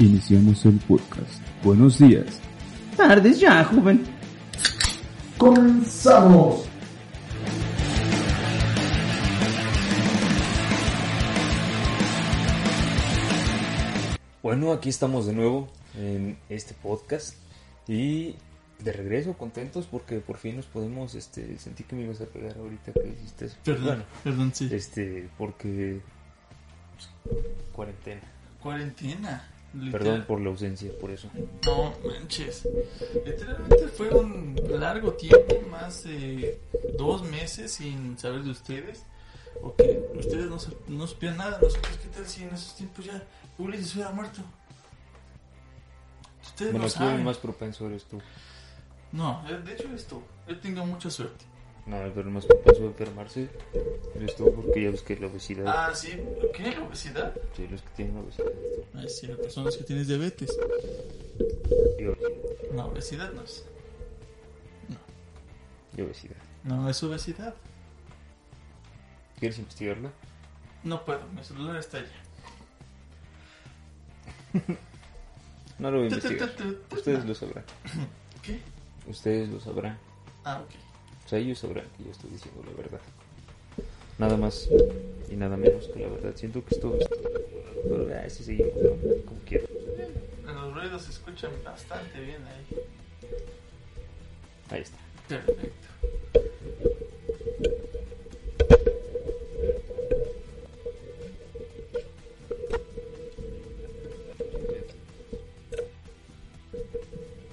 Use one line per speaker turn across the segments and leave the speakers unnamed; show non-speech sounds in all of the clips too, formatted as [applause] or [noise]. Iniciamos el podcast. Buenos días.
Tardes ya, joven.
Comenzamos.
Bueno, aquí estamos de nuevo en este podcast y de regreso contentos porque por fin nos podemos, este, sentí que me ibas a pegar ahorita que hiciste eso.
Perdón,
Bueno,
perdón, sí.
este, porque pues, cuarentena.
Cuarentena.
Perdón
literal.
por la ausencia, por eso.
No manches. Literalmente fue un largo tiempo, más de dos meses sin saber de ustedes. O que ustedes no, sa- no supieran nada. Nosotros, ¿qué tal si en esos tiempos ya Ulises hubiera muerto? Ustedes
Bueno,
no
tú el
saben.
más propenso eres tú.
No, eh, de hecho, esto. Yo tengo mucha suerte.
No, pero el más propenso de enfermarse eres tú porque ya ves que la obesidad,
Ah, sí. ¿Qué? ¿Obesidad?
sí, los que tienen obesidad,
Ah, es cierto, son los que tienes diabetes.
y obesidad,
No, obesidad no es.
y obesidad.
No, es obesidad.
¿Quieres investigarla?
No puedo, mi celular está allá.
No lo voy a
Tu, tu, tu,
investigar.
tu, tu.
Ustedes lo sabrán.
¿Qué?
Ustedes lo sabrán.
Ah, ok.
O sea, ellos sabrán que yo estoy diciendo la verdad. Nada más y nada menos que la verdad. Siento que esto es... Pero ah, sí seguimos, ¿no? Como quiera.
Los ruidos se escuchan bastante bien ahí.
Ahí está.
Perfecto.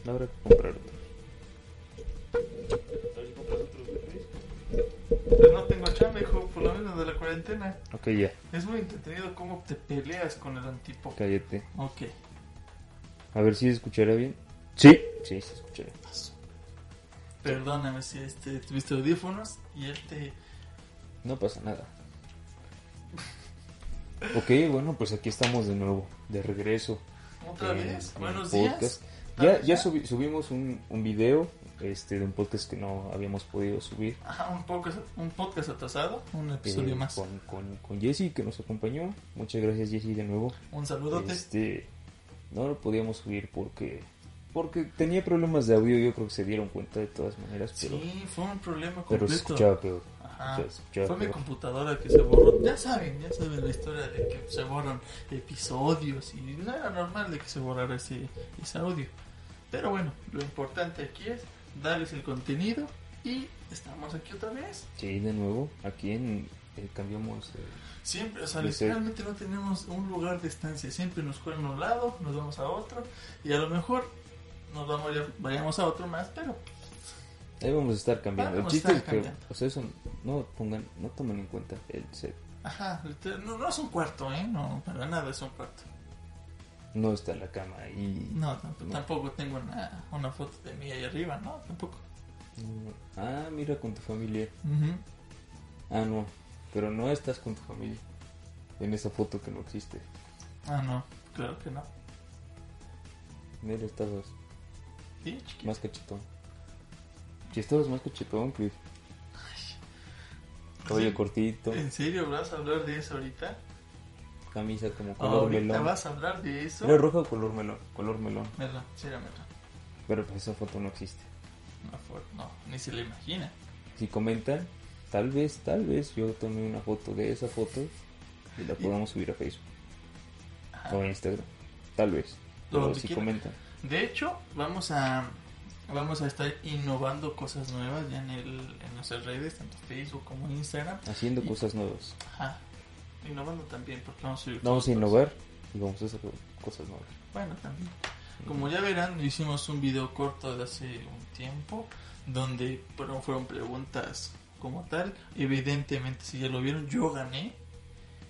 Habrá que comprar otro.
Pero no tengo chamba, hijo, por lo menos de la cuarentena.
Ok, ya.
Es muy entretenido cómo te peleas con el antipo.
Cállate.
Ok.
A ver si se escuchará bien. Sí. Sí, se escuchará.
Perdóname si este, tuviste audífonos y él te...
No pasa nada. Ok, bueno, pues aquí estamos de nuevo. De regreso.
¿Otra
en-
vez?
en
Buenos
el
días.
podcast. Ya,
Tardes
ya
ya.
subi- subimos un, un video este, de un podcast que no habíamos podido subir.
Ajá, un, poco, un podcast atrasado, un
eh,
episodio más.
Con, con, con Jesse que nos acompañó. Muchas gracias Jesse de nuevo.
Un saludote.
Este, no lo podíamos subir porque porque tenía problemas de audio, yo creo que se dieron cuenta de todas maneras, pero,
Sí, fue un problema
pero se
completo.
escuchaba peor.
Ajá.
Se escuchaba
Fue mi
peor.
computadora que se borró. Ya saben, ya saben la historia de que se borran episodios y no era normal de que se borrara ese, ese audio. Pero bueno, lo importante aquí es darles el contenido y estamos aquí otra vez.
Sí, de nuevo, aquí en eh, cambiamos eh,
Siempre, o sea,
Sí, sí.
literalmente no tenemos un lugar de estancia. Siempre nos cuelgan a un lado, nos vamos a otro y a lo mejor nos vamos ya- vayamos a otro más, pero
Ahí vamos a estar cambiando.
Vamos a
el chiste
estar
es que,
cambiando.
o sea, eso no pongan, no tomen en cuenta el set.
ajá, literal- no, no es un cuarto, ¿eh? No, para nada es un cuarto.
No está en la cama y
No, tamp-
No.
tampoco tengo una, una foto de mí ahí arriba, ¿no? Tampoco.
ah, mira con tu familia. Ah, no, pero no estás con tu familia. En esa foto que no existe.
Ah, no, claro que no.
Mira, estabas
Sí, chiquito.
más cachetón. Si estabas más cachetón, Cliff. Cabello cortito,
¿En serio vas a hablar de eso ahorita?
camisa como color
Ah, ¿Ahorita
melón.
vas a hablar de eso?
¿Era roja o color melón? Color melón.
Mela, sí, era mela.
Pero pues esa foto no existe.
No, fue- no, ni se le imagina.
Si comentan, tal vez, tal vez yo tomé una foto de esa foto y la podamos subir a Facebook
Ajá.
o a Instagram. Tal vez.
Lo
Pero
que
si
quieran.
comentan.
De hecho, vamos a vamos a estar innovando cosas nuevas ya en, el, en nuestras redes, tanto Facebook como Instagram.
Haciendo
Y-
cosas nuevas.
Ajá. Innovando también, porque vamos a subir
Vamos a
fotos.
innovar y vamos a hacer cosas nuevas.
Bueno, también. Como ya verán, hicimos un video corto de hace un tiempo donde pero fueron preguntas como tal. Evidentemente, si ya lo vieron, yo gané.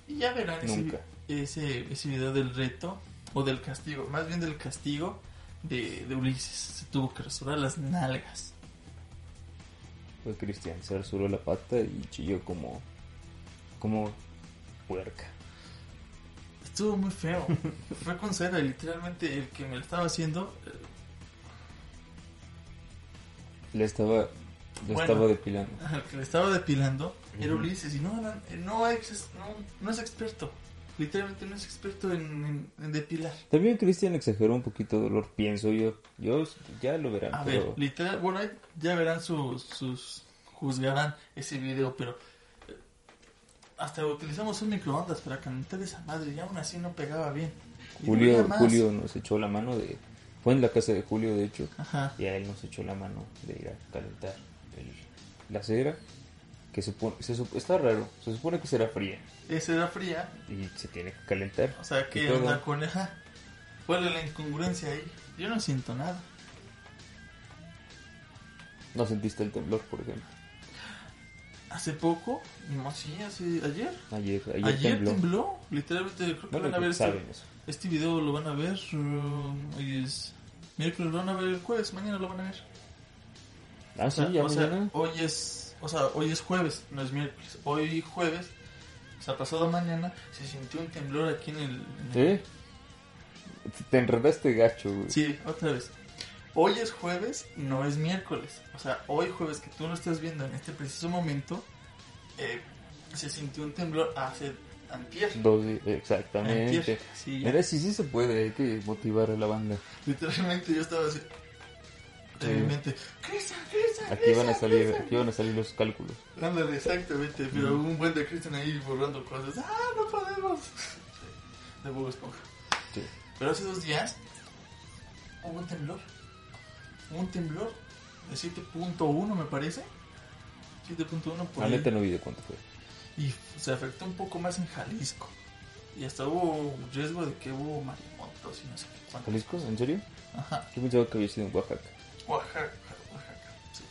Y ya verán ese-
Nunca.
Ese, ese video del reto o del castigo, más bien del castigo de, de Ulises. Se tuvo que rasurar las nalgas.
Fue Cristian, se rasuró la pata y chilló como. como. puerca.
Estuvo muy feo. Fue con cera, literalmente el que me lo estaba haciendo. eh,
Le estaba. le
Bueno.
estaba depilando.
al que le estaba depilando era Ulises y no, no, no, ex- no, no es experto. Literalmente no es experto en, en- en depilar.
También Cristian exageró un poquito de dolor, pienso yo. Yo ya lo verán,
A
pero.
ver, literal, bueno, ahí ya verán sus, sus, juzgarán ese video, pero eh, hasta utilizamos un microondas para calentar esa madre y aún así no pegaba bien. Y
Julio,
dolía más.
Julio nos echó la mano de. Fue en la casa de Julio, de hecho.
Ajá.
Y a él nos echó la mano de ir a calentar el- la cera. Que supone, se sup- está raro, se supone que será fría
Esa era fría,
y se tiene que calentar.
o sea,
Y
que
todo.
onda con esa? ¿Cuál es la incongruencia ahí? Yo no siento nada.
No sentiste el temblor, por ejemplo.
Hace poco, no, sí, hace, ayer,
Ayer, ayer,
Ayer tembló.
tembló.
literalmente creo que
Bueno,
van a ver este,
saben eso.
este video, lo van a ver, eh, hoy es miércoles, lo van a ver el jueves, mañana lo van a ver.
Ah,
O sea,
sí, ya
o sea,
mañana.
hoy es, o sea, hoy es jueves, no es miércoles, hoy jueves, o sea, pasado mañana se sintió un temblor aquí en el... en el-
¿Eh? Te- Te enredaste gacho, güey.
Sí, otra vez. Hoy es jueves, no es miércoles. O sea, hoy jueves que tú lo estás viendo en este preciso momento, eh, se sintió un temblor hace antier.
Dos di- exactamente.
Antier, sí, ya.
Mira, sí, sí se puede, hay que motivar a la banda.
Literalmente yo estaba así. En mi mente, Cristian, Cristian,
Eh. Aquí van a
Cristian,
salir,
Cristian".
aquí van a salir los cálculos.
Ándale, exactamente, pero hubo un buen de Cristian ahí borrando cosas. ¡Ah, no podemos! De Bob Esponja.
Sí.
Pero hace dos días hubo un temblor. Hubo un temblor de 7.1, me parece. 7.1 por
La
ahí.
neta no vi de cuánto fue.
Y se afectó un poco más en Jalisco. Y hasta hubo riesgo de que hubo maremotos y no sé qué. cuánto.
¿Jalisco? ¿En serio?
Ajá.
Yo pensaba que había sido en Oaxaca.
Oaxaca, Oaxaca, sí,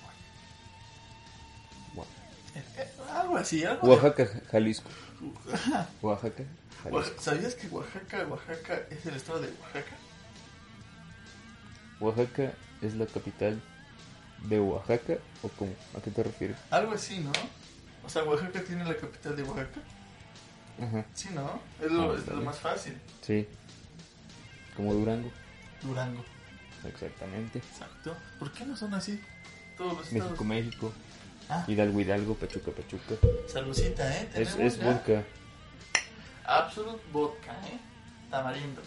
Oaxaca.
Oaxaca.
Eh, eh, Algo así, algo. de-
Oaxaca, Jalisco. Oaxaca, Jalisco.
Oaxaca. ¿Sabías que Oaxaca, Oaxaca es el estado de Oaxaca?
Oaxaca es la capital de Oaxaca o cómo? ¿A qué te refieres?
Algo así, ¿no? O sea, Oaxaca tiene la capital de Oaxaca.
Ajá.
Sí, ¿no? Es lo,
Ah,
es
está
lo
bien.
más fácil.
Sí. Como Durango.
Durango.
Exactamente.
Exacto. ¿Por qué no son así? Todos los estados.
México, México.
Ah.
Hidalgo, Hidalgo, Pachuca, Pachuca.
Saludcita, ¿eh?
Es,
Tenemos
es
ya
vodka. [laughs]
Absolute vodka, ¿eh? Tamarindo.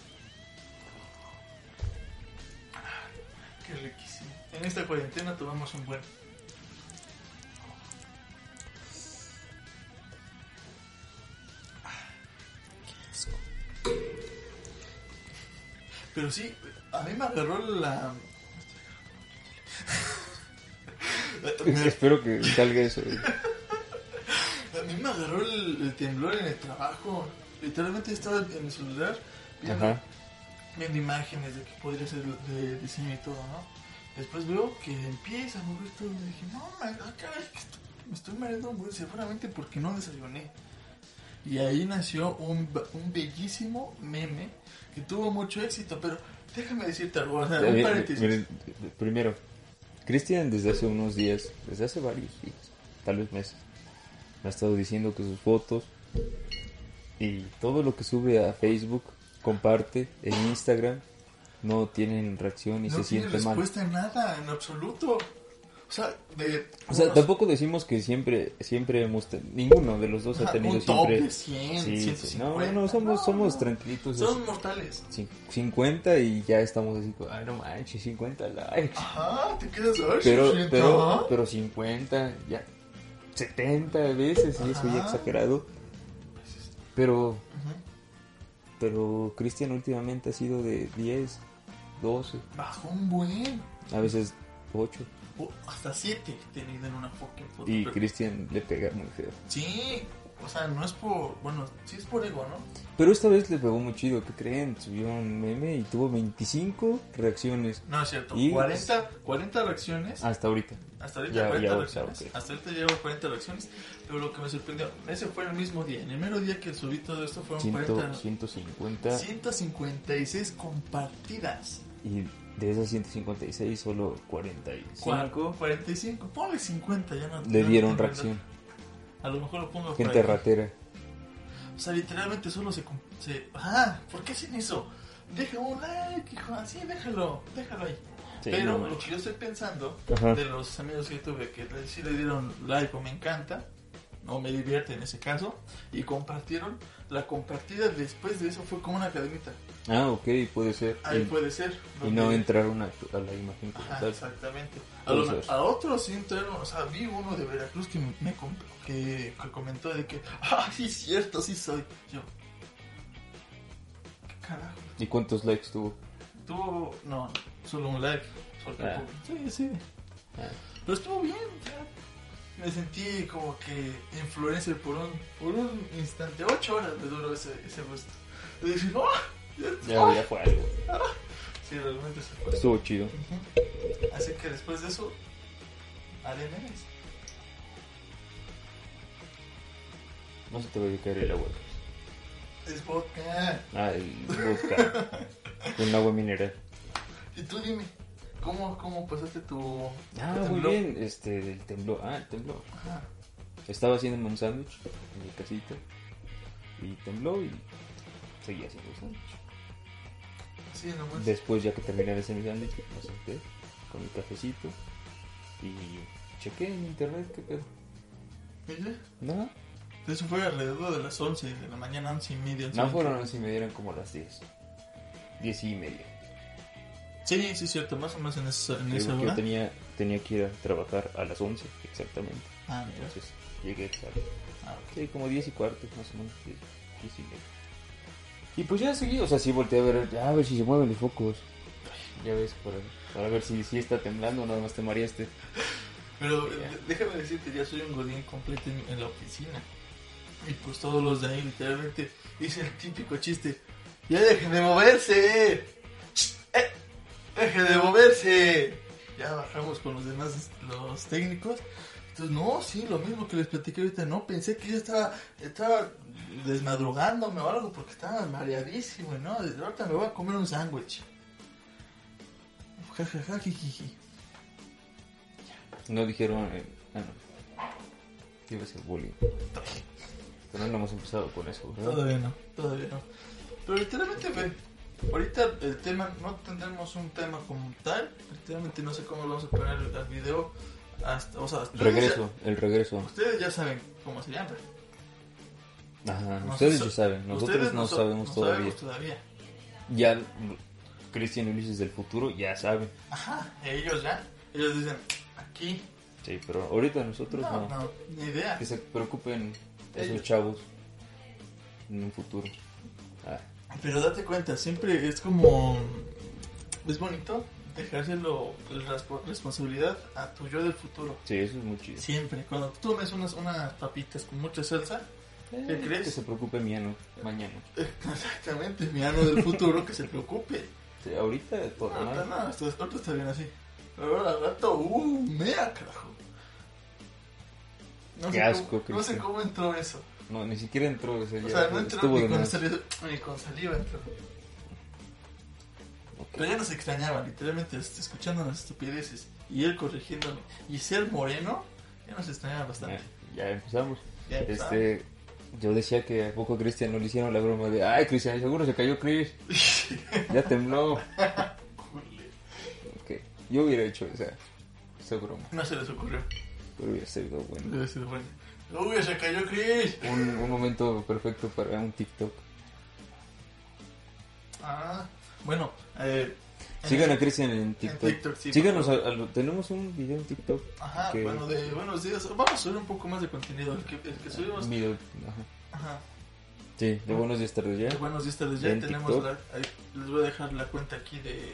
Ah, Qué riquísimo. En esta cuarentena tomamos un buen. Pero sí, a mí me agarró la... [laughs] Me-
Espero que salga eso. güey.
a mí me agarró el, el temblor en el trabajo. Literalmente estaba en el celular viendo,
Ajá.
viendo imágenes de que podría ser de diseño y todo, ¿no? Después veo que empieza a mover todo y dije, no, man, ah, caray, que esto- me estoy mareando un buen, seguramente porque no desayuné. Y ahí nació un, ba- un bellísimo meme que tuvo mucho éxito, pero déjame decirte algo, o sea,
Ya,
Ah, un
miren,
paréntesis.
Eh, miren, primero, Cristian desde hace unos días, desde hace varios días, tal vez meses, me ha estado diciendo que sus fotos y todo lo que sube a Facebook, comparte en Instagram, no tienen reacción y
no
se
tiene
siente mal.
respuesta en nada, en absoluto. O sea, de...
O sea,
unos-
tampoco decimos que siempre, siempre hemos, ten- ninguno de los dos ha
Ajá,
tenido
un top
siempre.
de 100,
sí, sí, no,
150.
no, somos,
No,
somos
no.
tranquilitos.
Son mortales.
cin- 50 y ya estamos así, como, ay no manches, 50 likes.
Ajá, te quedas a ver
Pero,
60.
pero, pero 50, ya 70 veces, y eso ya
Ajá.
exagerado. Pero,
Ajá.
pero Cristian últimamente ha sido de 10, 12,
Bajó un buen.
a veces 8.
O hasta 7 he tenido en una fucking foto.
Y
pero-
Cristian le pega muy feo.
Sí, O sea, no es por. Bueno, sí es por ego, ¿no?
Pero esta vez le pegó muy chido, ¿qué creen? Subió un meme y tuvo 25 reacciones
No es cierto.
Y-
40, 40 reacciones.
hasta ahorita.
Hasta ahorita
Ya-
40
ya, o sea,
reacciones.
ok.
Hasta ahorita llevo 40 reacciones. Pero lo que me sorprendió, ese fue el mismo día. En el mero día que subí todo esto fueron
100,
40.
150
156 compartidas.
y de esas 156 solo 45
Cuarco, 45. Ponle 50, ya no.
le
no
dieron
tengo el
reacción.
dato. A lo mejor lo pongo por
Gente
aquí.
ratera.
O sea, literalmente solo se... com- se ah, ¿por qué hacen eso? Deja un like, hijo, así déjalo, déjalo ahí.
Sí,
Pero
no
lo
manches.
que yo estoy pensando
Ajá.
de los amigos que tuve que le- sí le dieron like o me encanta, o me divierte en ese caso, y compartieron, la compartida después de eso fue como una cadenita.
Ah, ok, puede ser.
Ahí
y,
puede ser.
y
donde-
no entraron a, a la imagen como
Ajá,
tal.
Ah, exactamente. A,
Puede
lo-
ser.
a otros sí entraron, o sea, vi uno de Veracruz que me, me com- que, que comentó de que, [laughs] ah, sí, es cierto, sí soy. Yo, ¿qué carajo?
¿Y cuántos likes tuvo?
Tuvo, no, solo un like. porque
Ah.
pu- Sí, sí.
Ah.
Pero estuvo bien, o sea, me sentí como que influencer por un, por un instante. Ocho horas me duró ese, ese gusto. Y dije, no, ya,
Ya, ya fue algo.
Sí, realmente se fue.
Estuvo chido.
Ujú. Así que después de eso, haré memes.
No se te va a caer el agua.
Es vodka.
Ah, el vodka.
[laughs]
Con agua mineral.
Y tú dime, ¿cómo, cómo pasaste tu.
Ah,
tu
muy
temblor?
bien. Este, el temblor. Ah, el temblor.
Ajá.
Estaba haciendo un sándwich en mi casita. Y tembló y seguía haciendo el sándwich.
Sí, nomás.
Después, ya que terminé de hacer mi sándwich, me senté con mi cafecito. Y chequé en internet qué pedo.
Oye,
Nada.
Eso fue alrededor de las 11 de la mañana, 11 y media.
No
11.
fueron así, me dieron como las 10. 10 y media.
Sí, sí, cierto, más o menos en esa, en esa
Digo que
hora.
yo tenía, tenía que ir a trabajar a las 11 exactamente.
Ah, mira.
Entonces llegué tarde.
Ah, ok.
Sí, como 10 y cuarto, más o menos. 10, 10 y media. Y pues ya seguí, o sea, sí volteé a ver, ya a ver si se mueven los focos. Ya ves, para, para ver si, si está temblando, nada más este. te mareaste.
Pero
Ya.
eh, déjame decirte, ya soy un godín completo en, en la oficina. Y pues todos los de ahí literalmente hice el típico chiste. ¡Ya dejen de moverse! Ch, eh, ¡Dejen de moverse! Ya bajamos con los demás, los técnicos. Entonces, no, sí, lo mismo que les platiqué ahorita, no, pensé que yo estaba, estaba desmadrugándome o algo porque estaba mareadísimo, y ¿no? Desde ahorita me voy a comer un sándwich. Ja, ja, ja, jijiji.
No dijeron, eh, ah, no. Iba a ser bullying. Pero no hemos empezado con eso, ¿verdad?
Todavía no, todavía no. Pero literalmente, ve, ahorita el tema, no tendremos un tema como tal. Literalmente no sé cómo lo vamos a poner al video. Hasta, o sea, ustedes
Regreso,
ya-
el regreso.
ustedes ya saben cómo se llama.
Ajá,
Nos-
ustedes ya saben, nosotros
ustedes
no
sa-
sabemos
no
todavía.
sabemos todavía.
Ya Cristian Ulises del futuro ya sabe.
Ajá, ellos ya. Ellos dicen, aquí.
Sí, pero ahorita nosotros
No,
no.
no, ni idea.
Que se preocupen esos
Ellos.
chavos en un futuro. Ah,
Pero date cuenta, siempre es como. Es bonito dejárselo pues, la respo- responsabilidad a tu yo del futuro.
sí, eso es muy chido.
Siempre, cuando tú tomes unas, unas papitas con mucha salsa,
Eh,
¿qué crees?
Que
[laughs]
se preocupe mañana. mañana.
exactamente, mi ano del futuro que se preocupe.
Sí, ahorita todo
No,
mal.
no, no, esto, esto está bien así. Pero ahora al rato, uh, mea, carajo. No
Qué
sé
asco,
cómo- No
Cristian.
sé cómo entró eso.
No, ni siquiera entró ese
O
día.
sea, no entró
Estuvo
ni
de
con,
más.
saliva, ni con saliva entró.
Ok.
Pero ya nos extrañaba, literalmente, est- escuchando las estupideces y él corrigiéndome. Y ser moreno, ya nos extrañaba
Ya,
bastante.
ya empezamos.
Ya empezamos.
este, yo decía que a poco a Cristian no le hicieron la broma de, ay Cristian, seguro se cayó Chris. Eh.
[laughs]
ya tembló. Ok, Yo hubiera hecho esa, esa broma,
No se les ocurrió.
pero hubiera sido bueno.
Debe ser bueno. Uy, se cayó Chris.
Un, un momento perfecto para un TikTok.
Ah, bueno, eh, en
Sigan
ese-
a Cristian en TikTok.
TikTok, sí,
Síganos,
por
a- a- tenemos un video en TikTok.
Ajá,
que-
bueno, de buenos días. Vamos a subir un poco más de contenido. El que, el que subimos.
video, ajá.
Ajá.
Sí, de buenos días tardes ya.
De Buenos días tardes ya
En
tenemos
TikTok.
la, ahí les voy a dejar la cuenta aquí de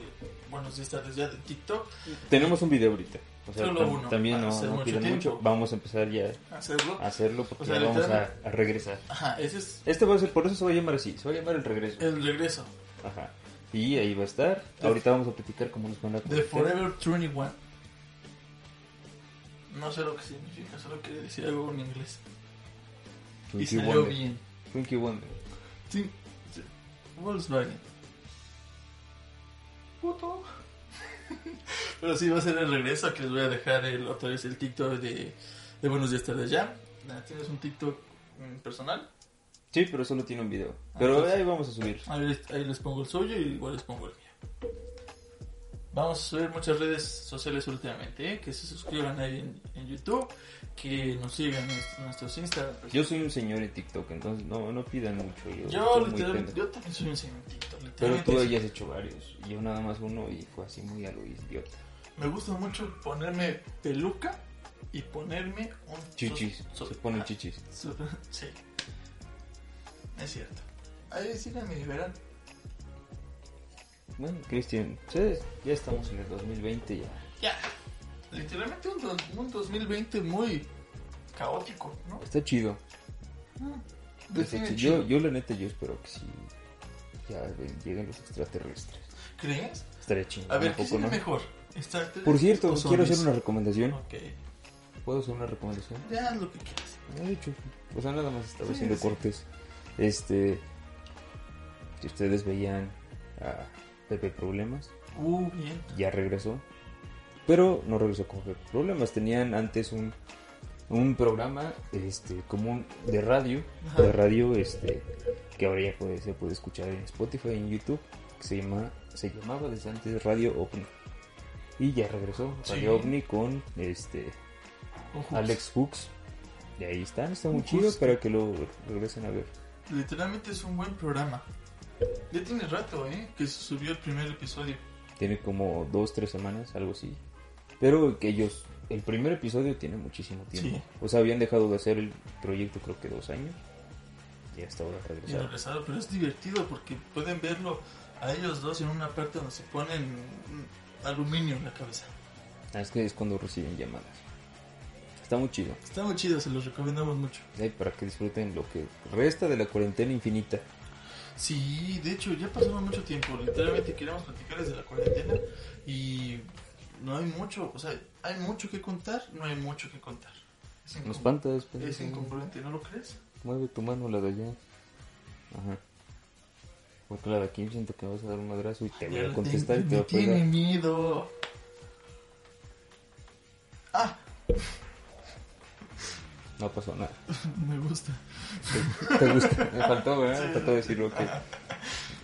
Buenos días tardes ya de TikTok
Tenemos un video ahorita. O sea,
Solo
tam-
uno.
También no,
Hace
no
mucho
pidan
tiempo.
mucho. Vamos a empezar ya
hacerlo.
a hacerlo porque
O sea,
ya vamos a,
literal-
a regresar.
Ajá, ese es
Este va a ser, por eso se va a llamar así, se va a llamar el regreso.
el regreso
Ajá. Y ahí va a estar. Ahorita vamos a platicar cómo nos van a
de
conectar.
Forever 21. No sé lo que significa, solo quería decir algo en inglés. Y
Twinkie
salió
Wonder.
bien.
Twinkie Wonder.
Sí, sí. Volkswagen. Puto. [laughs] Pero sí, va a ser el regreso que les voy a dejar el, otra vez el TikTok de, de Buenos Días Tardes Ya. Ah, ¿Tienes un TikTok mm, personal?
Sí, pero solo tiene un video. Pero
entonces-
ahí vamos a subir.
Ahí les, ahí les pongo el suyo y igual les pongo el mío. Vamos a subir muchas redes sociales últimamente, ¿eh? que se suscriban ahí en, en YouTube, que nos sigan en nuestros- nuestros Instagram.
Yo soy un señor en TikTok, entonces no, no pidan mucho. Yo, soy
yo,
muy
literalmente,
pendejo.
yo también soy un señor en TikTok.
Pero tú
literalmente.
hayas hecho varios. Yo nada más uno y fue así muy a lo idiota.
Me gusta mucho ponerme peluca y ponerme un
Chichis.
so- so-
Se ponen
ah,
chichis.
so- [laughs] sí. Es cierto. Ahí síganme y verán.
Bueno, Cristian, ustedes ya estamos en el 2020 ya.
Ya. Literalmente un, dos- un 2020 muy caótico, ¿no?
Está chido. Está chido.
Decide Pues chido.
Pues Yo, yo la neta, yo espero que sí. Ya ven, lleguen los extraterrestres.
¿Crees?
Estaría chido.
A ver, ¿qué
tampoco,
sería
¿no?
mejor? ¿Extraterrestres
Por cierto,
o
quiero hacer
zombies?
una recomendación.
Ok.
¿Puedo hacer una recomendación?
Ya haz lo que quieras.
No he dicho. O sea, nada más estaba
Sí,
haciendo
sí.
cortes. Este. Si ustedes veían a Pepe Problemas,
Uh, bien.
ya regresó. Pero no regresó con Pepe Problemas. Tenían antes un, un programa este, como un- de radio.
Ajá.
De radio, este. Que ahora ya puede- se puede escuchar en Spotify, en YouTube. Que se, llama, se llamaba desde antes Radio OVNI. Y ya regresó
Sí.
Radio OVNI con este.
Con hooks.
Alex Hooks. Y ahí están, está muy
Hooks.
chido para que lo regresen a ver.
Literalmente es un buen programa. Ya tiene rato, ¿eh? Que se subió el primer episodio.
Tiene como dos, tres semanas, algo así. Pero que ellos, el primer episodio tiene muchísimo tiempo.
Sí.
O sea, habían dejado de hacer el proyecto creo que dos años. Y hasta ahora
Y
regresaron.
regresaron, pero es divertido porque pueden verlo a ellos dos en una parte donde se ponen mm, aluminio en la cabeza.
Ah, Es que es cuando reciben llamadas. Está muy chido.
Está muy chido, se los recomendamos mucho.
Ay, para que disfruten lo que resta de la cuarentena infinita.
Sí, de hecho ya pasamos mucho tiempo, literalmente queríamos platicar desde la cuarentena y no hay mucho, o sea, hay mucho que contar, no hay mucho que contar. Es, incongru-
Nos pantas,
es incongruente, ¿no lo crees?
Mueve tu mano, la de allá. Ajá. Porque la de aquí siento que me vas a dar un madrazo y te voy
Ya
a
lo
contestar y
tengo,
te
me
voy a pegar.
tiene miedo. Ah,
No pasó nada.
me gusta.
Te gusta. Me faltó, ¿verdad? Me faltó decir lo que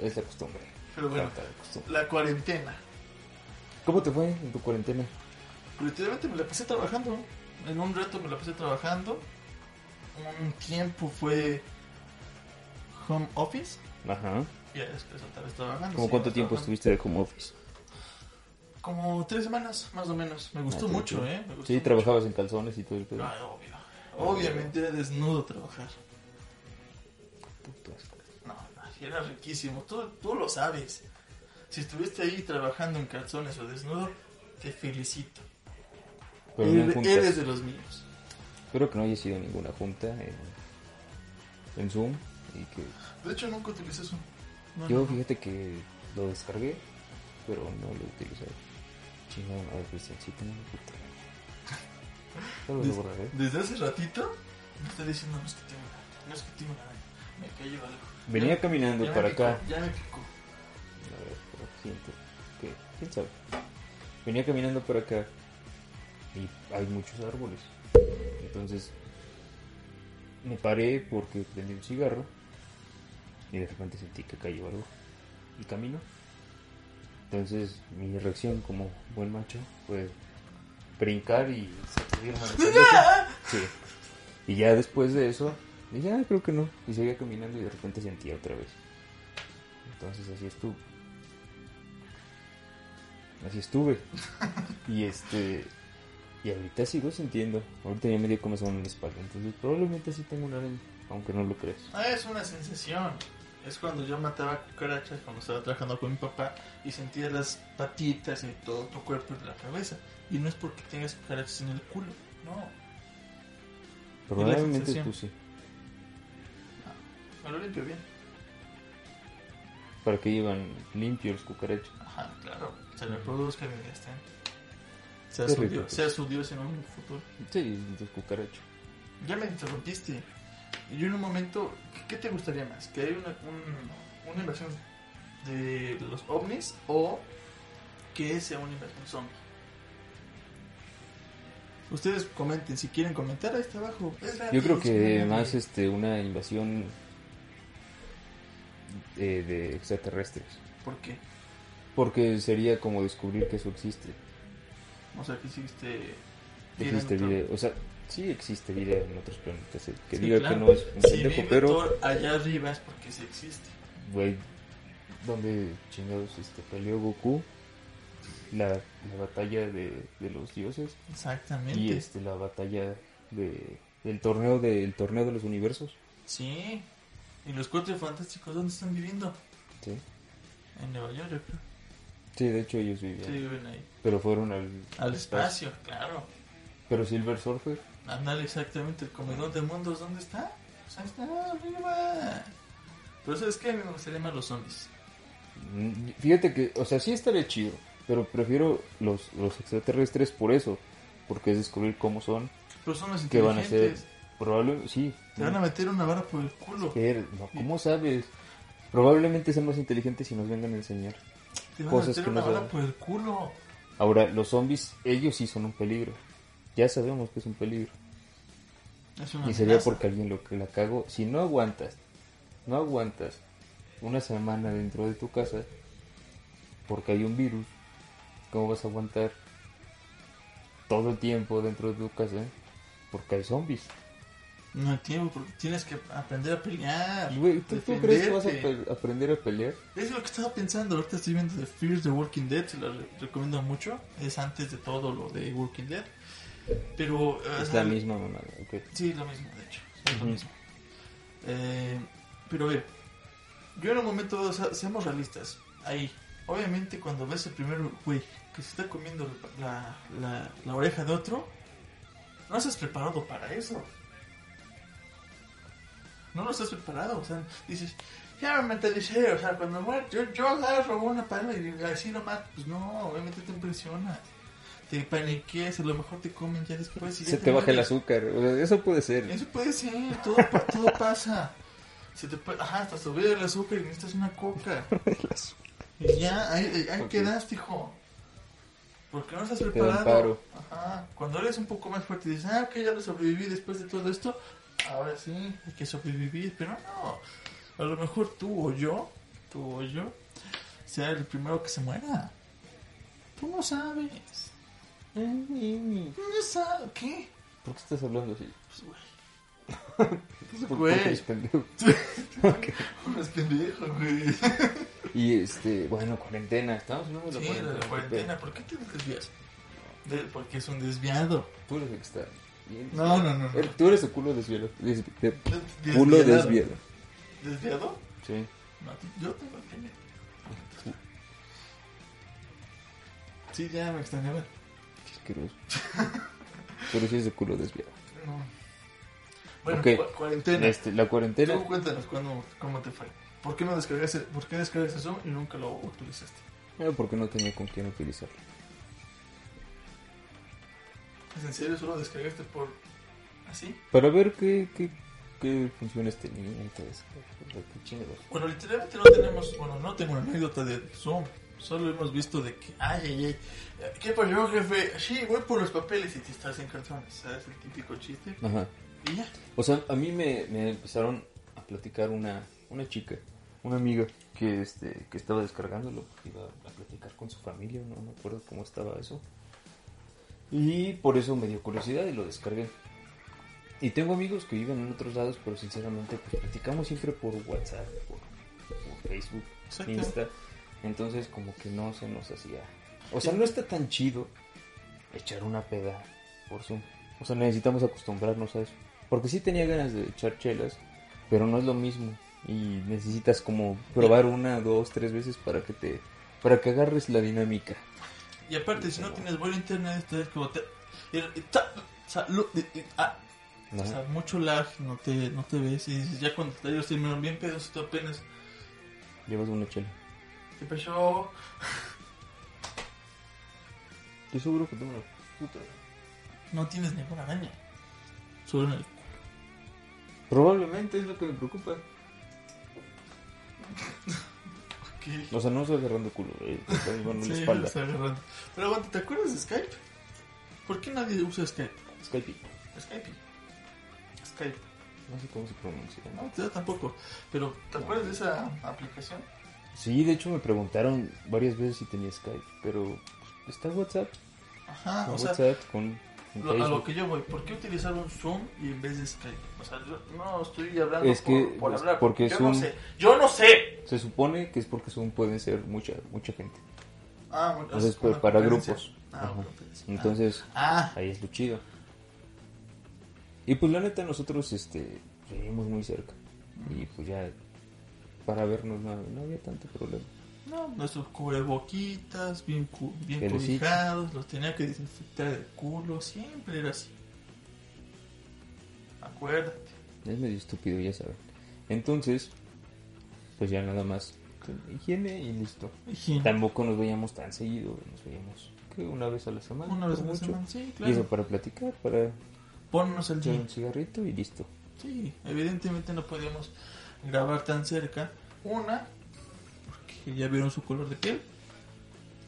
es la costumbre.
Pero bueno,
Falta de costumbre.
la cuarentena.
¿Cómo te fue en tu cuarentena?
Literalmente me la pasé trabajando. En un rato me la pasé trabajando. Un tiempo fue home office.
Ajá.
Y ya después otra vez trabajando.
¿Cómo
sí,
cuánto tiempo
trabajando.
estuviste de home office?
Como tres semanas, más o menos. Me gustó
Ah,
mucho,
tranquilo.
¿eh? Me gustó
Sí,
mucho.
trabajabas en calzones y todo el pedo.
Ah, obvio. Obviamente era desnudo trabajar.
Puto asco.
No, no, era riquísimo. Tú, tú lo sabes. Si estuviste ahí trabajando en calzones o desnudo, te felicito.
Pero no en
Eres-
juntas.
eres de los míos.
Espero que no haya sido ninguna junta en, en Zoom. Y que
De hecho, nunca utilicé eso. No,
Yo
no.
fíjate que lo descargué, pero no lo utilicé. Chingada madre, Cristian, pues, sí tengo una puta gana. Solo lo
Des-
borraré.
Desde hace ratito me está diciendo no es que tengo una- no es que tengo una araña, me cayó algo.
Venía
Ya-
caminando
ya me
para
picó,
acá.
Ya me picó.
A ver, pero siento que, quién sabe. Venía caminando para acá y hay muchos árboles. Entonces me paré porque prendí un cigarro y de repente sentí que cayó algo y camino. Entonces mi reacción como buen macho fue brincar y sacudirme la cabeza. Sí. Y ya después de eso dije, ah, creo que no. Y seguía caminando y de repente sentí otra vez. Entonces así estuve. Así estuve. y este. Y ahorita sigo sintiendo. Ahorita ya me dio comezón en la espalda. Entonces probablemente sí tengo una araña. aunque no lo creas.
Ah, es una sensación. Es cuando yo mataba cucarachas cuando estaba trabajando con mi papá y sentía las patitas y todo tu cuerpo y la cabeza. Y no es porque tengas cucarachas en el culo, no.
Probablemente
sensación.
tú sí.
Me lo limpio bien.
Para que llevan limpios los cucarachos.
Ajá, claro. Se reproduzcan y ya estén. Sea
Qué
su,
rico. pues.
dios, sea su dios en un futuro.
Sí, los cucarachos.
Ya me interrumpiste. Y en un momento, ¿qué- ¿qué te gustaría más? ¿Que haya una, un- una invasión de los ovnis o que sea una invasión zombie? Ustedes comenten, si quieren comentar, ahí está abajo. Es
Yo creo
gratis,
que
comenten.
más este una invasión eh, de extraterrestres.
¿Por qué?
Porque sería como descubrir que eso existe.
O sea, que hiciste...
Existe
tienen
vida. O sea, sí existe vida en otros planetas. El Que
Sí,
diga
claro.
que no es un
Si
pendejo,
vive
pero.
Thor allá arriba es porque sí existe.
Güey, ¿dónde chingados este, peleó Goku? La, la batalla de, de los dioses.
Exactamente.
Y este, la batalla de, del torneo, de, el torneo de los universos.
Sí. ¿Y los cuatro fantásticos dónde están viviendo?
Sí,
En Nueva York, yo creo.
sí de hecho ellos vivían.
Sí, viven ahí.
Pero fueron al,
Al espacio, claro.
Pero Silver Surfer.
Andar exactamente el comedor de mundos, ¿dónde está? Pues ahí está, arriba. Pero ¿sabes qué? Me gustaría más los zombies.
Mm, Fíjate que, o sea, sí estaría chido, pero prefiero los, los extraterrestres por eso, porque es descubrir cómo son,
Pero son los
qué van a
inteligentes.
hacer. Mm. Probablemente, sí.
Te van a meter una vara por el culo.
Pero, no, ¿Cómo sabes? Probablemente sean más inteligentes y nos vengan a enseñar.
Te van a
Cosas
meter
que
una
no
vara
saben.
por el culo.
Ahora, los zombies, ellos sí son un peligro. Ya sabemos que es un peligro.
Es una
Y sería
amenaza.
porque alguien lo que la cago. Si no aguantas, no aguantas una semana dentro de tu casa porque hay un virus, ¿cómo vas a aguantar todo el tiempo dentro de tu casa? eh? Porque hay zombies.
No hay tiempo, porque tienes que aprender a pelear.
Güey, ¿tú, tú crees que vas a
defenderte.
pe- aprender a pelear?
Es lo que estaba pensando, ahorita estoy viendo The Fear de Walking Dead, se la re- recomiendo mucho, es antes de todo lo de Walking Dead, pero... eh, o
Es
sea,
la misma mamada, ok.
Sí, lo mismo, de hecho, es lo
Ujú.
mismo. Eh, pero a ver, yo en un momento, o sea, seamos realistas, ahí, obviamente cuando ves el primer güey que se está comiendo la, la- la oreja de otro, no estás preparado para eso. No lo estás preparado, o sea, dices, ya me mentalicé, o sea, cuando muer- yo, yo agarro una pala y digo, así nomás, pues no, obviamente te impresionas. Te paniqueas, a lo mejor te comen ya después. Y ya
Se te baja el
mueres.
azúcar, o sea, eso puede ser.
Eso puede ser, todo, pa- todo pasa. Se te puede, ajá, hasta subir el azúcar y necesitas una
[laughs]
coca. Y ya, ahí, ahí- ahí
Ok.
quedaste, hijo. Porque no estás
Te da un
preparado.
paro.
Ajá. Cuando eres un poco más fuerte y dices, ah, que ya lo sobreviví después de todo esto, ahora sí, hay que sobrevivir. Pero no, a lo mejor tú o yo, tú o yo, sea el primero que se muera. Tú no sabes. No sabes,
[laughs]
¿qué?
¿Por qué estás hablando así?
Pues, güey.
¿Por- [laughs]
Pues,
por qué eres
güey.
pendejo?
[laughs] Unos pendejos, güey.
Y este, bueno, cuarentena, estamos hablando de la
Sí,
cuarentena.
de la
¿qué
cuarentena, ¿por qué te desvías? De- porque es un desviado.
Tú eres el que está bien.
No, no, no. no.
Er- Tú eres el culo desviado. Des- de-
Des-
culo
desviado.
desviado.
¿Desviado?
Sí.
No, tú- yo tengo que me- Sí, ya me extrañaba.
Qué asqueroso. [laughs] Pero sí es de culo desviado.
No. Bueno,
Ok.
cu- cuarentena.
Este, la cuarentena.
Tú cuéntanos cuándo- cómo te fue. ¿Por qué no descargaste, por qué descargaste Zoom y nunca lo utilizaste?
eh, porque no tenía con quién utilizarlo.
¿Es en serio solo descargaste por así?
Para ver qué, qué, qué funciones tenía y todo eso. Qué chingados.
Bueno, literalmente no tenemos, bueno, no tengo una anécdota de Zoom. Solo hemos visto de que, ay, ay, ay, ¿qué pasó, jefe? Sí, voy por los papeles y te estás en cartones, ¿sabes? El típico chiste.
Ajá.
Y ya.
O sea, a mí me, me empezaron a platicar una, una chica, una amiga que este que estaba descargándolo, porque iba a platicar con su familia, no me acuerdo cómo estaba eso. Y por eso me dio curiosidad y lo descargué. Y tengo amigos que viven en otros lados, pero sinceramente pues platicamos siempre por WhatsApp, por, por Facebook,
Exacto.
Insta. Entonces como que no se nos hacía... O sea, no está tan chido echar una peda por Zoom. O sea, necesitamos acostumbrarnos a eso. Porque sí tenía ganas de echar chelas, pero no es lo mismo y necesitas como probar una, dos, tres veces para que te para que agarres la dinámica.
Y aparte, si no tienes buen internet, esto es como te. y- y ta- sa- lu- y- y- ah.
¿no?
O sea, mucho lag, no te, no te ves. Y dices, ya cuando ellos terminaron bien pedos, tú apenas.
Llevas una chela.
¿Qué pasó?
Estoy seguro que tengo una puta.
No tienes ninguna araña. Solo en el.
Probablemente es lo que me preocupa.
¿Qué?
O sea, no estoy agarrando culo, eh, te estoy llevando [laughs] la
Sí,
espalda.
lo está agarrando. Pero aguanta, ¿te acuerdas de Skype? ¿Por qué nadie usa Skype?
Skype.
Skype. Skype.
No sé cómo se pronuncia. ¿no?
No, yo tampoco. Pero, ¿te acuerdas de esa aplicación?
Sí, de hecho me preguntaron varias veces si tenía Skype, pero está WhatsApp.
Ajá,
con
o sea,
WhatsApp con, con
lo- a lo
Facebook.
que yo voy, ¿por qué utilizar un Zoom y en vez de Skype? O sea, yo no estoy hablando
Es que,
por, por
pues,
hablar.
porque
yo
Zoom-
no sé. Yo no sé.
Se supone que es porque Zoom pueden ser mucha mucha gente.
Ah, bueno,
Entonces,
es una
pues, para
competencia.
grupos.
Ah,
Ajá.
una competencia. Ah.
Entonces,
Ah,
ahí es lo chido. Y pues la neta nosotros este vivimos muy cerca y pues ya para vernos no, no había tanto problema.
no, nuestros cubreboquitas, bien, cu- bien
Gelecito.
cobijados, los tenía que desinfectar el culo, siempre era así. Acuérdate.
Es medio estúpido, ya saben. Entonces, pues ya nada más higiene y listo.
Higiene.
Tampoco nos veíamos tan seguido, nos veíamos que una vez a la semana.
Una vez
por
a la
mucho. pues,
semana,
Y
sí,
eso
claro.
para platicar, para
Ponnos al
echar
día.
un cigarrito y listo.
Sí, evidentemente no podíamos grabar tan cerca. Una, porque ya vieron su color de piel.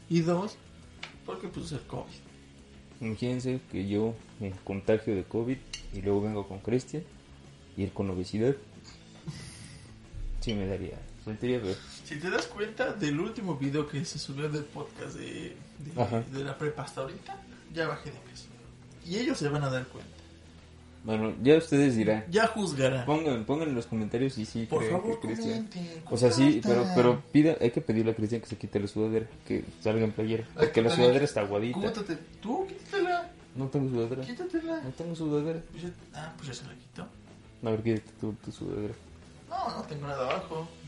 Y dos, porque pues el COVID.
Imagínense que yo me contagio de COVID y luego vengo con Cristian y él con obesidad. Sí, me daría. Sentiría feo.
Si te das cuenta del último video que se subió del podcast de, de-
Ajá.
de la prepa hasta ahorita, ya bajé de peso. Y ellos se van a dar cuenta.
Bueno, ya ustedes dirán.
Ya juzgarán.
Pongan, pongan en los comentarios y sí
Por
creen
favor,
que Cristian.
comenten.
O sea, sí, pero,
compartan.
pero pida, hay que pedirle a Cristian que se quite la sudadera, que salga en playera.
Ay,
Porque la
ay,
sudadera está aguadita.
Cútate. Tú, quítatela.
No tengo sudadera.
Quítatela.
No tengo sudadera.
Pues ya- ah, pues ya se la quitó.
A ver, quítate tu, tu sudadera.
No, no tengo nada abajo. [laughs]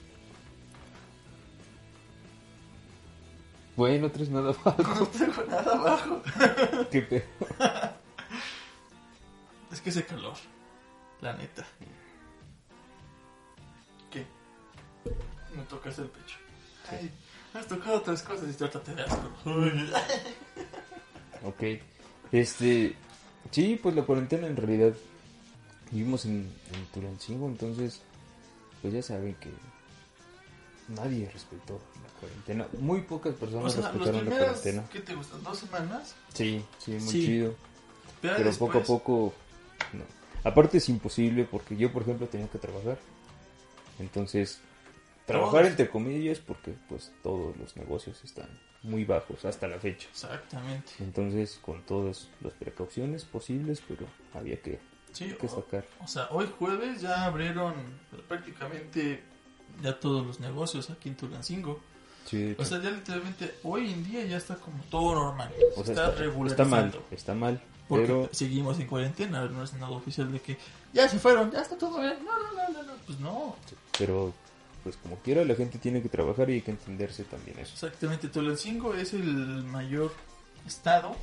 Güey, no traes nada abajo.
No tengo nada abajo.
[laughs] Qué pedo.
Es que ese calor. La neta. ¿Qué? Me tocas el pecho. Ay, has tocado otras cosas y te trata de asco. Uy.
Ok. Este. Sí, pues la cuarentena en realidad. Vivimos en, en Tulancingo, entonces. Pues ya saben que. Nadie respetó la cuarentena. Muy pocas
O
personas
sea, los
respetaron la
primeros,
cuarentena.
¿qué te gustan? ¿Dos semanas?
Sí, sí, muy
Sí.
chido.
Ya
Pero
después-
poco a poco. No. Aparte es imposible porque yo, por ejemplo, tenía que trabajar. Entonces. Trabajar
Todos.
entre comillas porque pues todos los negocios están muy bajos hasta la fecha.
Exactamente.
Entonces, con todas las precauciones posibles, pero había que,
Sí,
que
o,
sacar.
o sea, hoy jueves ya abrieron prácticamente ya todos los negocios aquí en Tulancingo.
Sí,
O sea, ya literalmente hoy en día ya está como todo normal.
o sea,
está,
está mal,
regularizando.
está mal,
Porque
pero
seguimos en cuarentena, no es nada oficial de que ya se fueron, ya está todo bien. No, no, no, no, no. Pues no,
pero pues como quiera la gente tiene que trabajar y hay que entenderse también eso.
exactamente. Tulancingo es el mayor estado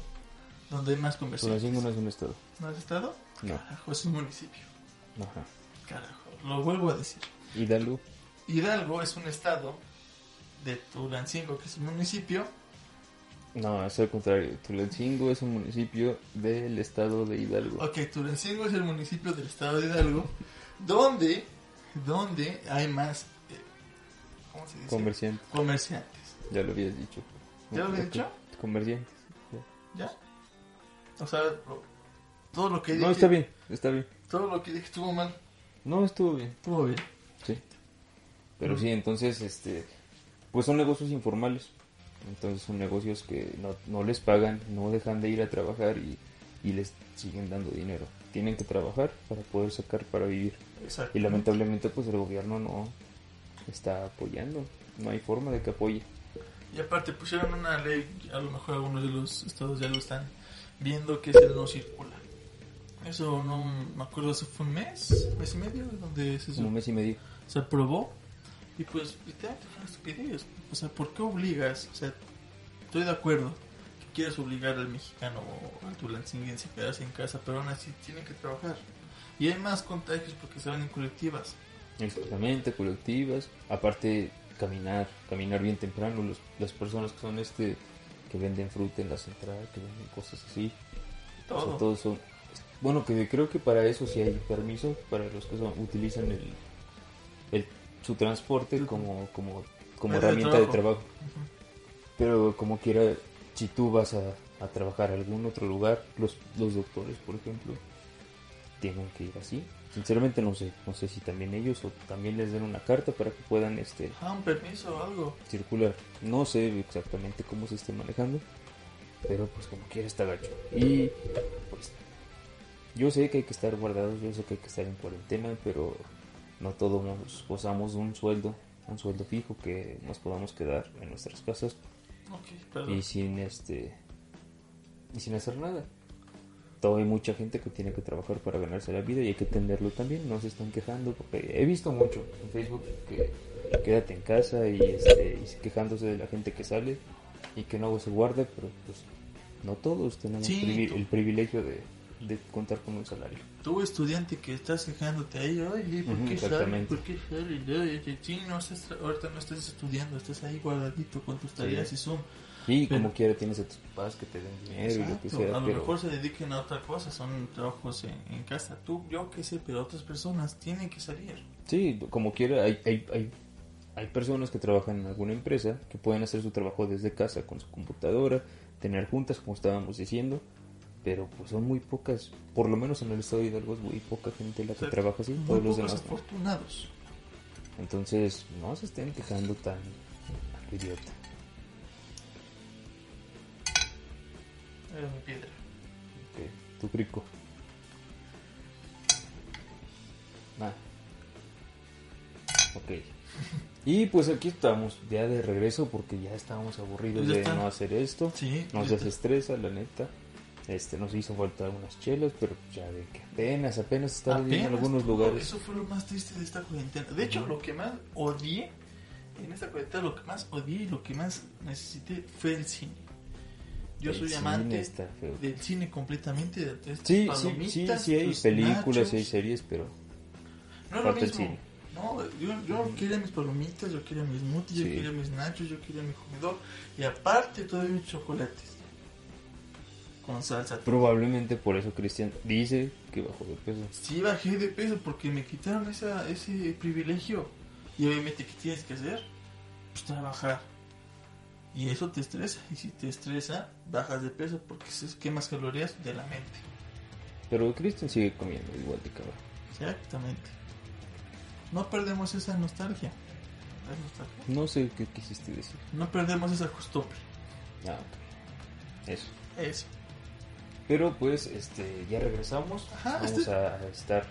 donde hay más
Tulancingo
conversaciones.
Pues, no es un estado.
¿No es estado?
No.
Carajo, es un municipio.
Ajá.
Carajo, lo vuelvo a decir.
Hidalgo,
Hidalgo es un estado de Tulancingo, que es un municipio.
no, es al contrario. Tulancingo es un municipio del estado de Hidalgo.
Ok, Tulancingo es el municipio del estado de Hidalgo, donde, donde hay más, eh, ¿cómo se dice?
Comerciante,
Comerciantes.
ya lo habías dicho.
¿Ya lo había dicho?
Comerciante.
¿Ya? O sea, lo- todo lo que dije.
No, está bien, está bien.
Todo lo que dije estuvo mal.
No, estuvo bien.
Estuvo bien.
Sí. Pero sí, entonces, este, pues son negocios informales. Entonces son negocios que no, no les pagan, no dejan de ir a trabajar y, y les siguen dando dinero. Tienen que trabajar para poder sacar para vivir.
Exacto.
Y lamentablemente, pues el gobierno no está apoyando. No hay forma de que apoye.
Y aparte pusieron una ley, a lo mejor algunos de los estados ya lo están viendo, que es el no circula. Eso no me acuerdo, eso fue un mes, mes y medio, donde se,
como un mes y medio.
se aprobó. Y pues, literalmente fue una estupidez. O sea, ¿por qué obligas? O sea, estoy de acuerdo que quieres obligar al mexicano o al tulancinguense a quedarse en casa, pero aún así tienen que trabajar. Y hay más contagios porque se van en colectivas.
Exactamente, colectivas. Aparte, caminar, caminar bien temprano. Los- las personas que son este, que venden fruta en la central, que venden cosas así. O sea,
Todo.
todos son. Bueno, que creo que para eso sí hay permiso, para los que son, utilizan el, el- su transporte como, como, como
Medio de
herramienta de trabajo.
trabajo.
Pero como quiera, si tú vas a, a trabajar a algún otro lugar, los, los doctores, por ejemplo, tienen que ir así. Sinceramente no sé, no sé si también ellos o también les den una carta para que puedan este,
Ah, un permiso o algo.
circular. No sé exactamente cómo se esté manejando, pero pues como quiera está gacho. Y pues yo sé que hay que estar guardados, yo sé que hay que estar en cuarentena, pero no todos gozamos de un sueldo, un sueldo fijo que nos podamos quedar en nuestras casas
Ok, perdón.
y sin este y sin hacer nada. Todavía hay mucha gente que tiene que trabajar para ganarse la vida y hay que entenderlo también. No se están quejando porque he visto mucho en Facebook que quédate en casa y, este, y quejándose de la gente que sale y que no se guarda, pero pues no todos tenemos
Sí,
privi-
tú-
el privilegio de, de contar con un salario.
Tú, estudiante que estás quejándote ahí, oye, ¿por
Ujú,
qué sale?
exactamente.
¿Por qué sale? Oye, oye, sí, no estás, tra- ahorita no estás estudiando, estás ahí guardadito con tus tareas y Zoom.
Y
Pero-
como quiera tienes a tus papás que te den dinero y lo que
Exacto,
sea,
a lo
pero
mejor se dediquen a otra cosa, son trabajos en, en casa. Tú, yo qué sé, pero otras personas tienen que salir.
Sí, como quiera, hay, hay, hay, hay personas que trabajan en alguna empresa que pueden hacer su trabajo desde casa con su computadora, tener juntas, como estábamos diciendo, pero pues son muy pocas, por lo menos en el estado de Hidalgo es muy poca gente la que
Exacto.
trabaja así,
Muy
todos los
pocos
demás no.
afortunados.
Entonces, no se estén quejando tan a lo idiota.
Era eh, mi piedra.
que tu crico. Ah. Ok. Y pues aquí estamos, ya de regreso, porque ya estábamos aburridos
Ya
de
está.
no hacer esto.
Sí,
Nos
ya está.
desestresa, la neta. Este, nos hizo falta unas chelas, pero ya de que apenas, apenas está viendo en
Apenas,
algunos
no,
lugares.
Eso fue lo más triste de esta cuarentena. De hecho, lo que más odié en esta cuarentena, lo que más odié y lo que más necesité fue el cine. Yo
El
soy
cine
amante
está feo.
del cine completamente. De de estas
Sí, sí,
palomitas,
sí, sí hay
tus
películas,
nachos.
sí hay series, pero
No es lo
falta el
mismo.
cine.
No, yo, yo quería mis palomitas, yo quería mis mutis, yo
Sí.
quería mis nachos, yo quería mi comedor. Y aparte, todavía mis chocolates. Con salsa.
probablemente por eso Cristian dice que bajó de peso.
Sí bajé de peso porque me quitaron esa, ese privilegio. Y obviamente, ¿qué tienes que hacer? Pues trabajar. Y eso te estresa. Y si te estresa, bajas de peso porque se quemas calorías de la mente.
Pero Cristian sigue comiendo igual de cabrón.
Exactamente. No perdemos esa nostalgia. ¿Es nostalgia?
No sé qué quisiste decir.
No perdemos esa costumbre.
Ah, ok. Eso.
Eso.
Pero pues, este, ya regresamos.
Ajá,
Vamos
este-
a a estar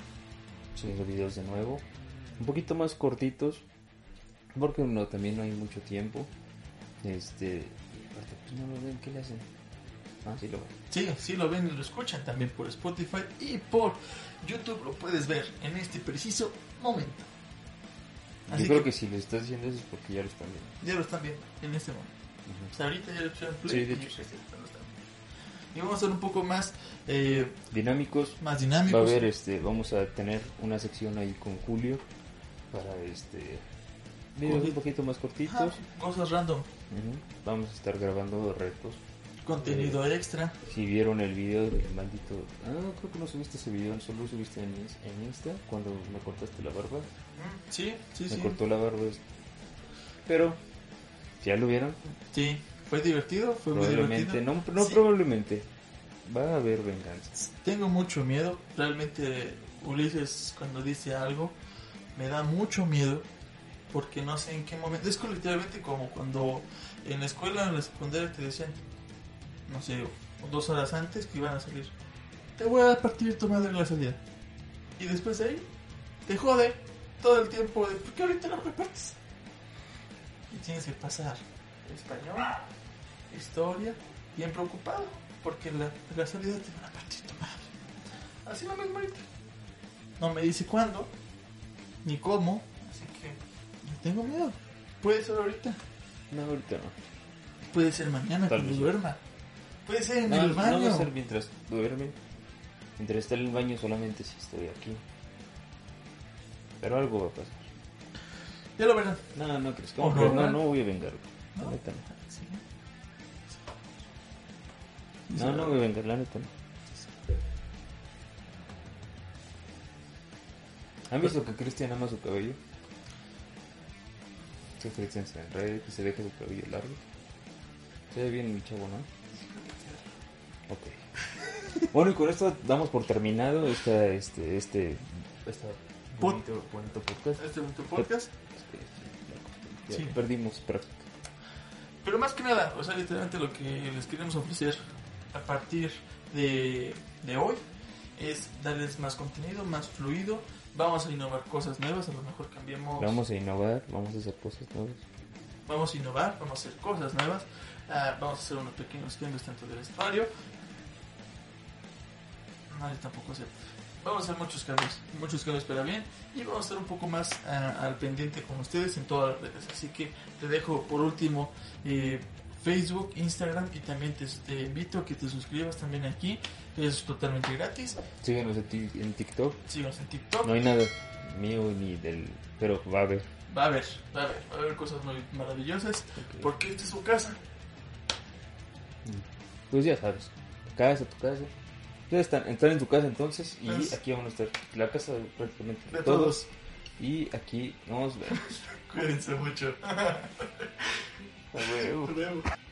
subiendo videos de nuevo. Un poquito más cortitos. Porque no, también no hay mucho tiempo. Este. y aparte, pues no lo ven, ¿qué le hacen? Ah, sí lo ven.
Sí, sí lo ven y lo escuchan también por Spotify y por YouTube. Lo puedes ver en este preciso momento. Así
Yo creo
Ah, que-
que... si les estás diciendo eso es porque ya lo están viendo.
Ya lo están viendo en este momento.
Ujú.
O sea, ahorita ya lo pusieron play.
Sí, de
y
hecho,
ya lo están viendo. Y vamos a ser un poco más, eh,
Dinámicos.
más dinámicos.
Va a haber, este, vamos a tener una sección ahí con Julio. Para este. Videos un
Cortito.
poquito más cortitos.
Ajá, cosas random,
Ujú. Vamos a estar grabando retos.
contenido
Eh,
extra.
Si vieron el video del maldito. Ah, no, creo que no subiste ese video, solo lo subiste en, Ins- en Insta cuando me cortaste la barba.
Mm, Sí, sí,
me
sí.
cortó la barba. es- Pero, ¿ya lo vieron?
Sí, fue divertido, fue muy
Probablemente,
divertido.
no, no
pues, Sí.
probablemente. Va a haber venganza.
Tengo mucho miedo. Realmente Ulises cuando dice algo me da mucho miedo porque no sé en qué momento. Es que literalmente como cuando en la escuela, en la secundaria te decían, no sé, dos horas antes que iban a salir. Te voy a partir tu madre en la salida. Y después ahí te jode todo el tiempo de, ¿por qué ahorita no repartes? Y tienes que pasar español, historia, bien preocupado, porque la, la salida te van a partir tu madre. Así lo mismo ahorita. No me dice cuándo, ni cómo, así que le tengo miedo. Puede ser ahorita,
No, ahorita no.
puede ser mañana
Tal
cuando
vez.
duerma, puede ser en
No,
el
no va
baño.
a ser mientras duerme. Mientras esté en el baño solamente si estoy aquí. Pero algo va a pasar.
Ya lo verán.
No, no crees.
Ojo,
No, no,
¿verdad?
no voy a vengarme. La
¿No?
neta no. No, no voy a vengar, la neta no. ¿Han visto que Cristian ama su cabello? Que Cristian se enrede, que se deja su cabello largo. Se ve bien el chavo, ¿no? Ok. Bueno, y con esto damos por terminado esta, este, este, esta
Pod-
bonito, bonito podcast.
Este es tu podcast.
Ya
Sí.
Perdimos práctica.
Pero más que nada, o sea, literalmente lo que les queremos ofrecer a partir de, de hoy es darles más contenido, más fluido. Vamos a innovar cosas nuevas, a lo mejor cambiamos.
Vamos a innovar, vamos a hacer cosas nuevas.
vamos a innovar, vamos a hacer cosas nuevas, ah, vamos a hacer unos pequeños cambios tanto del vestuario. No, yo tampoco sé. Vamos a hacer muchos cambios, muchos cambios para bien y vamos a estar un poco más ah, al pendiente con ustedes en todas las redes. Así que te dejo por último eh, Facebook, Instagram y también te, te invito a que te suscribas también aquí. Es totalmente gratis.
Síguenos en ti- en TikTok.
Síganos en TikTok.
No hay nada mío ni del. Pero va a haber.
Va a haber, va a haber, va a haber cosas muy maravillosas
Ok.
porque esta es su casa.
Pues ya sabes. Casa, tu casa. Ustedes están, están en tu casa entonces. Y
Pues-
aquí vamos a estar. La casa de prácticamente
De todos.
Y aquí nos vemos.
é Cuídense mucho.
Hasta luego.
Nos vemos.